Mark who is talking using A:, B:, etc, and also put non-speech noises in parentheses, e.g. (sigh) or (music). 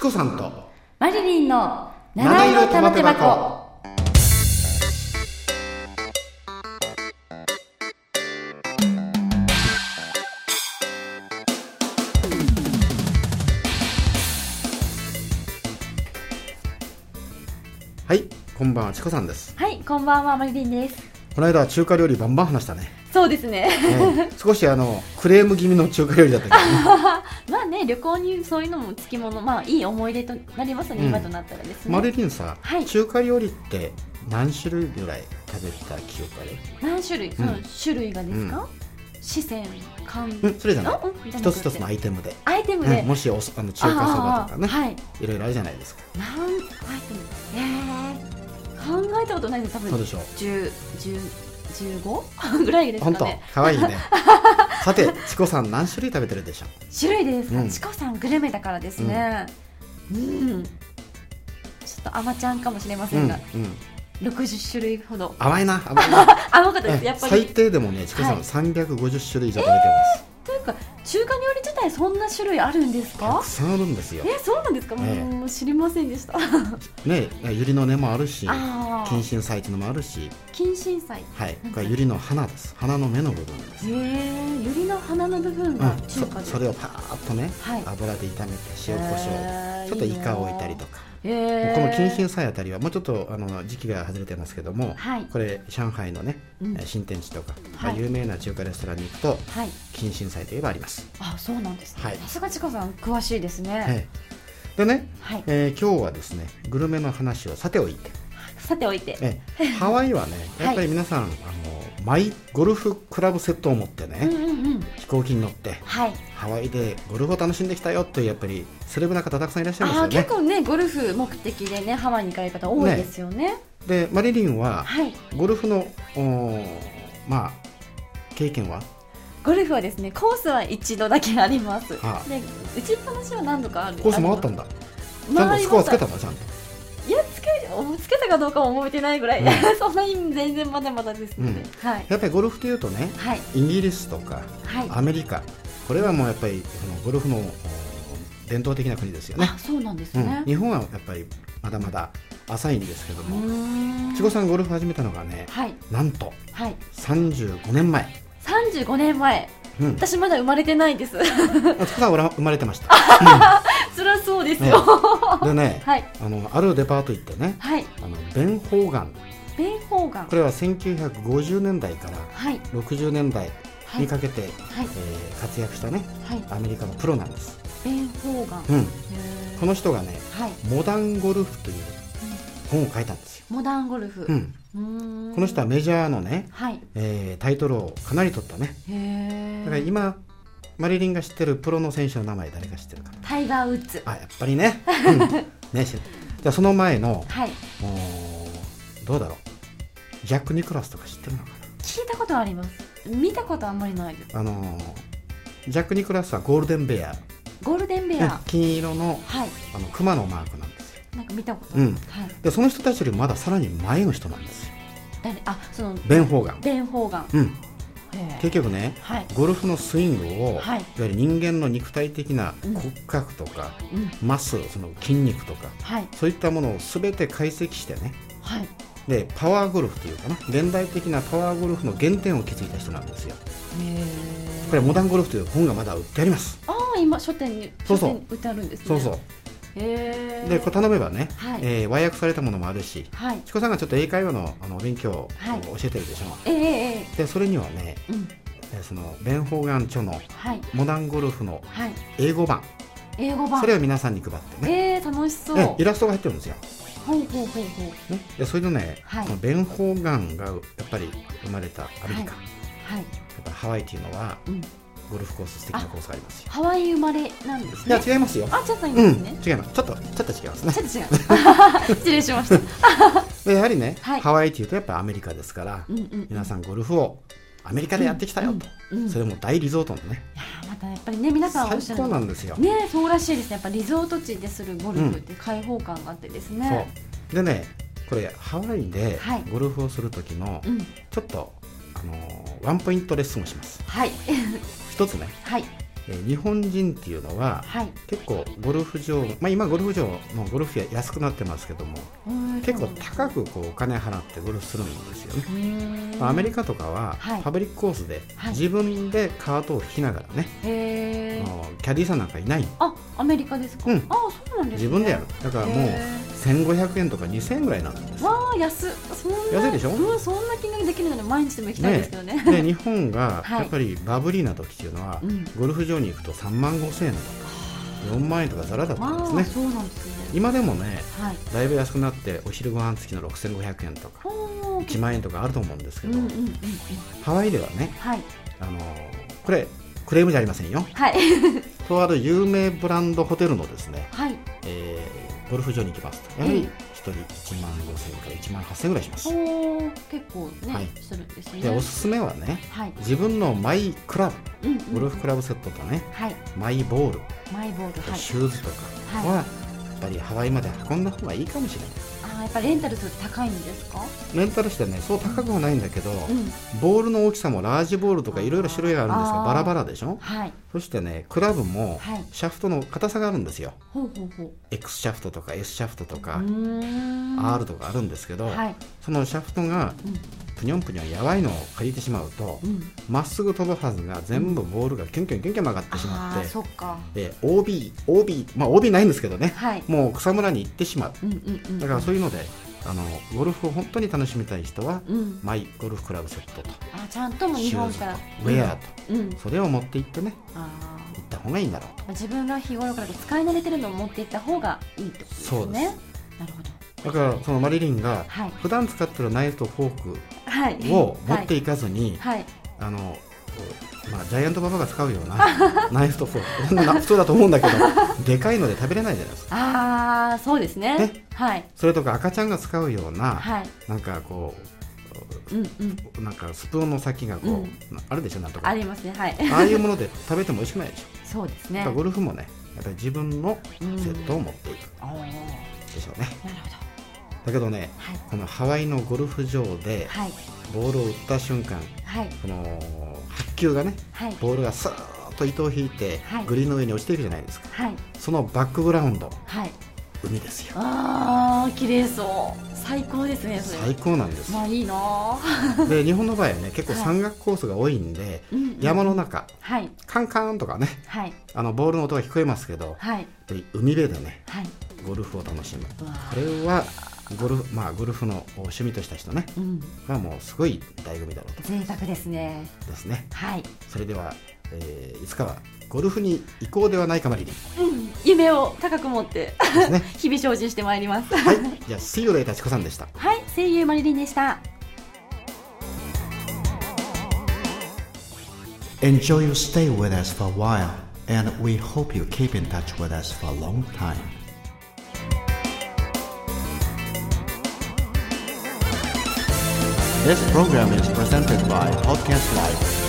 A: コさんと
B: マリリンの七色玉手箱。
A: はいこんばんはチコさんです
B: はい、こんばんは、マリリンです。
A: この間は中華料理バンバン話したね、
B: そうですね。
A: ね少しあのクレーム気味の中華料理だったけどね
B: (laughs) まあね、旅行にそういうのもつきもの、まあいい思い出となりますね、
A: うん
B: 今となったらです
A: マ
B: ね。
A: ルリンさ、
B: はい
A: 中華料理って何種類ぐらい食べた記憶ある
B: 何種類、その種類がです
A: う
B: か四川、韓
A: うんそれじゃない
B: あうんじゃな
A: 一
B: く
A: つ
B: て
A: 一つのアイテムで、
B: アイテム
A: う
B: で
A: ん、。もしおあの中華そばとか
B: あー
A: ね、
B: はい。
A: い、ろいろあるじゃないですか
B: 何アイテムえー、考えたことないです、多
A: そうで
B: 分。
A: しょう
B: 十、十、十五 (laughs) ぐらいですか
A: 本当
B: ね。
A: 可愛い
B: (laughs)
A: ねさてチコさん何種類食べてるでしょ
B: 種類でです
A: う
B: か、
A: ん
B: チコさんグルメだからですね。うん。ちょっとアマちゃんかもしれま
A: う、う
B: せ
A: ん
B: ん
A: う
B: が
A: ん、、
B: 六十種類ほど。
A: 甘いな甘い
B: (laughs)
A: な
B: あ、分かったです。
A: え
B: やっぱ
A: 最
B: り。
A: 低でもねチコさん
B: はい
A: 350種類以上食べてます、
B: というか、中華料理自体そんな種類あるんです
A: た
B: か
A: く。さんあるんですよ
B: え、そうなんですか。
A: ええ
B: もう知りませんでした。あ
A: ねゆりの根もあるし
B: あ
A: 近。親菜っていうのもあるし
B: 金針菜。
A: はいこれゆりの花です花の芽の部分です、
B: ええ、ゆりの花の部分
A: う
B: が
A: ん、
B: 中
A: そ
B: 華で。
A: それをパーッとね、
B: はい
A: 油で炒めて塩コショウ
B: へー
A: ちょっとイカを置いたりとか、
B: いいな
A: この金
B: へ
A: 針菜あたりはもうちょっとあの時期が外れてますけども、
B: はい
A: これ上海のね、
B: うん
A: えー新天地とか、
B: はい
A: 有名な中華レストランに行くと
B: ーはい
A: 金針菜といえばあります、
B: あそうなんですね
A: はい
B: さすがちかさん詳しいですね
A: ええでね、
B: はい、
A: えー今日はですねグルメの話をさておいて、
B: さておいて
A: え
B: (laughs)
A: えハワイはねやっぱり皆さん、あのマイゴルフクラブセットを持ってね、
B: うんうんうん
A: 飛行機に乗って
B: はい
A: ハワイでゴルフを楽しんできたよというやっぱりセレブな方たくさんいらっしゃいます
B: あ
A: よ
B: ー結
A: ね
B: 構ねゴルフ目的でねハワイに行かれる方多いですよね
A: でマリリンは
B: はい
A: ゴルフのおーまあ経験は
B: ゴルフはですねコースは一度だけありますで
A: あ
B: 打ちっぱなしは何度かある
A: コース回ったん
B: だ
A: だちゃんと
B: 回り
A: スコ
B: ま
A: ア
B: し
A: つ
B: た
A: けたんだちゃんと
B: いやつけつけたかどうかも覚えてないぐらい、
A: う
B: (laughs) そんなに全然まだまだですので、
A: うん
B: はい
A: やっぱりゴルフというとね
B: はい
A: イギリスとか
B: はい
A: アメリカこれはもうやっぱりそのゴルフのおー伝統的な国ですよね、
B: あそうなんです
A: う
B: ね
A: ん、日本はやっぱりまだまだ浅いんですけど
B: う
A: も
B: ーん
A: 千穂さんゴルフ始めたのがね
B: はい
A: なんと
B: はい
A: 35年前
B: 35年前 (laughs)
A: うん
B: 私まだ生まれてないです (laughs)
A: 千穂さんは生まれてました
B: そりゃそうです
A: ね
B: よ、
A: でね、
B: はい
A: あのあるデパート行ってね
B: はい
A: あのベン・ホーガン
B: 弁法が
A: これは1950年代から
B: はい
A: 60年代
B: は
A: に
B: いは
A: かけて、
B: い
A: えー活躍したね
B: はい
A: アメリカのプロなんです、
B: 弁法が
A: うん、
B: へ
A: この人がね
B: ーはい
A: 「モダンゴルフ」という本を書いたんですよ、
B: モダンゴルフ
A: う、
B: うんーん
A: この人はメジャーのね、
B: はい
A: えータイトルをかなり取ったね
B: へ
A: だから
B: え
A: 今マリリンが知ってるプロの選手の名前誰か知ってるかな
B: タイガー・ウッズ
A: あやっぱり (laughs) ね、うん、ね知ってじゃあその前の
B: はい
A: おーどうだろうジャック・ニクラスとか知ってるのかな
B: 聞いたことはあります見たことあんまりないです
A: あのージャック・ニクラスはゴールデンベア、
B: ゴールデンベア
A: 金色の
B: はい
A: あの熊のマークなんですよ
B: なんか見たこと
A: う
B: はい
A: んでその人たちよりまださらに前の人なんですよ
B: 誰あその
A: ベン・ホーガン、
B: 弁法が
A: うん、
B: へー
A: 結局ね
B: はい
A: ゴルフのスイングを、
B: はい
A: い、わゆる人間の肉体的な
B: うん
A: 骨格とか、
B: うん
A: マスその筋肉とか
B: はい
A: そういったものを全て解析してね
B: はい
A: でパワーゴルフというかな現代的なパワーゴルフの原点を築いた人なんですよ
B: へー
A: これ「モダンゴルフ」という本がまだ売ってあります
B: ああ今書店に
A: そうそう
B: 書店に売ってあるんですね
A: そうそう
B: へえ
A: でこれ頼めばね、
B: はい
A: えー和訳されたものもあるし
B: はい
A: チコさんがちょっと英会話のあのお勉強を
B: はい
A: 教えてるでしょ、
B: ええええ
A: でそれにはね
B: うん
A: えーそのベン・ホーガン著の
B: はい
A: モダンゴルフの
B: はい
A: 英語版
B: 英語版
A: それを皆さんに配ってね、
B: ええ楽しそう
A: えイラストが入ってるんですよ、
B: ほうほうほうほう
A: ね、でそれでね、
B: はい
A: このベン・ホーガンがやっぱり生まれたアメリカ、
B: ははい
A: やっぱハワイっていうのは
B: うん
A: ゴルフコース素敵なコースがありますよ
B: ハワイ生まれなんです
A: いや
B: ね
A: 違いますよ
B: あちょっといい
A: うん、
B: ですね
A: 違いますちょっとちょっと違いますね
B: ちょっと違
A: (laughs)
B: う失礼しました
A: でやはりね、
B: はい
A: ハワイっていうとやっぱアメリカですから、
B: うんうん
A: 皆さんゴルフをアメリカでやってきたよと、
B: うんうんい
A: それも大リゾートのね、
B: やーまたやっぱりね皆さんおっしゃ
A: 最高
B: る
A: なんですよ、
B: ねそうらしいですねやっぱリゾート地でするゴルフって開放感があってですね
A: そうでねこれハワイで
B: はい
A: ゴルフをする時の
B: うん
A: ちょっと、あのーワンポイントレッスンをします
B: (laughs) はい
A: 一つね
B: はい
A: えー日本人っていうのは
B: はい。
A: 結構ゴルフ場、まあ、今ゴルフ場のゴルフや安くなってますけども結構高くこうお金払ってゴルフするんですよね、まあアメリ
B: カ。
A: カとかは
B: はい
A: パブリックコースで
B: はい
A: 自分でカートを引きながらね、
B: へえ
A: あ。のキャディーさんなんかいないの
B: あ、アメリカですか。
A: うん
B: あ、そうなんです、ね。
A: 自分でやるだからもう
B: へ
A: 1500円とか2000円ぐらいなんです
B: ー。わあ、安っ。そんな。
A: 安いでしょ
B: うん、そんな金額できるので、毎日でも行きたいですけどね。
A: で日本が
B: はい
A: やっぱりバブリーな時っていうのは、
B: うん
A: ゴルフ場に行くと3万5千円とか4万円とかザラだったん
B: わ
A: で
B: あ、
A: すね
B: そうなんですね。
A: 今でもね
B: はい。
A: だいぶ安くなってお昼ご飯付きの6500円とか
B: おー
A: 1万円とかあると思うんですけ
B: うん
A: ど、
B: うんうんうん。
A: ハワイではね、
B: はい。
A: あのーこれクレームじゃありませんよ
B: はい。
A: とある有名ブランドホテルのですね、
B: はい。
A: えーゴルフ場に行きますとやは
B: え
A: り
B: え
A: 1人1万5000円から1万8000円ぐらいします、
B: おー結構ね、
A: はい
B: するんですね。
A: でおすすめはね
B: はい。
A: 自分のマイクラブ
B: うん、うん。
A: ゴルフクラブセットとね
B: はい。
A: マイボール
B: マイボール。はい。
A: シューズとかは、
B: は
A: やっぱりハワイまで運んだ方がいいかもしれない
B: あー、やっぱレンタルすると高いんですか。
A: レンタルしてねそう高くはないんだけど、
B: うん。
A: ボールの大きさもラージボールとかいろいろ種類があるんですが
B: あー
A: バラバラでしょ
B: はい。
A: そしてねクラブも
B: はい
A: シャフトの硬さがあるんですよ
B: ほうほうほう。
A: X シャフトとか S シャフトと
B: う
A: か
B: ーん。
A: R とかあるんですけど、
B: はい。
A: そのシャフトが
B: うん。
A: ぷにょんぷにょんやばいのを借りてしまうと
B: うん。
A: まっすぐ飛ぶはずが全部ボールがキュンキュンキュンキュン曲がってしま
B: あ
A: っ
B: あ、
A: て
B: そっか。
A: で OB、OB、まあ OB ないんですけどね、
B: はい。
A: もう草むらに行ってしまう。
B: うんうんうん。
A: だからそういうので、あのゴルフを本当に楽しみたい人は、
B: うん。
A: マイゴルフクラブセットと、
B: あ、ちゃんともう日
A: シュー
B: 本
A: ズと
B: から。、
A: ウェアと、
B: うん。うん。
A: それを持って行ってね、
B: あー
A: 行った方がいいんだろうと。
B: 自分が日頃から使い慣れてるのを持っていった方がいいってことですね。
A: そうです
B: なるほど。
A: だからそのマリリンが、
B: はい。
A: 普段使ってるナイフとフォー
B: はい。
A: クを持っていかずに、
B: はい。はい。
A: あの、こうまあ、ジャイアントパパが使うような (laughs) ナイフとフォーク、 (laughs) な普通だと思うんだけど、でかいので食べれないじゃないですか。
B: ああ、そうですね
A: ね。
B: はい。
A: それとか赤ちゃんが使うような、
B: はい。
A: なんかこう、
B: うんうん。
A: なんかスプーンの先がこう、
B: うん
A: あるでしょなんとか
B: あ
A: あ
B: りますね。はい。
A: (laughs) あいうもので食べても美味しくないでしょ、
B: そうです
A: だ
B: ね
A: から。ゴルフもねやっぱり自分の
B: セ
A: セットを持っていく
B: おーなるほ
A: でしょうね、
B: ど。
A: だけどね
B: はい。
A: このハワイのゴルフ場で
B: はい。
A: ボールを打った瞬間
B: はい。
A: この発球がね
B: はい。
A: ボールがスーッと糸を引いて
B: はい
A: グリーンの上に落ちていくじゃないですか
B: はい。
A: そのバックグラウンド
B: はい。
A: 海ですよ
B: ああ、綺麗そう。最高ですね。それ
A: 最高なんです
B: まあ、いいなー。
A: で日本の場合はね結構
B: はい
A: 山岳コースが多いんで、
B: うんうん
A: 山の中
B: はい。
A: カンカンとかね
B: はい。
A: あのボールの音が聞こえますけど
B: はい。
A: で海辺でね
B: はい。
A: ゴルフを楽しむ
B: うわ
A: これはゴルフ,、まあ、ゴルフの趣味とした人ね
B: うん。
A: がもうすごい醍醐味だろう
B: 贅沢ですね。
A: とですね
B: はい。
A: それでは、えーいつかはゴルフに行こうではないかまりに
B: うん。夢を高く持って、
A: ですね
B: (laughs) 日々精進してまいります。
A: はいじゃあ See you later チコさんでした
B: はい。声優マリリンでした。
C: Enjoy your stay with us for a while, and we hope you keep in touch with us for a long time. This program is presented by Podcast Live.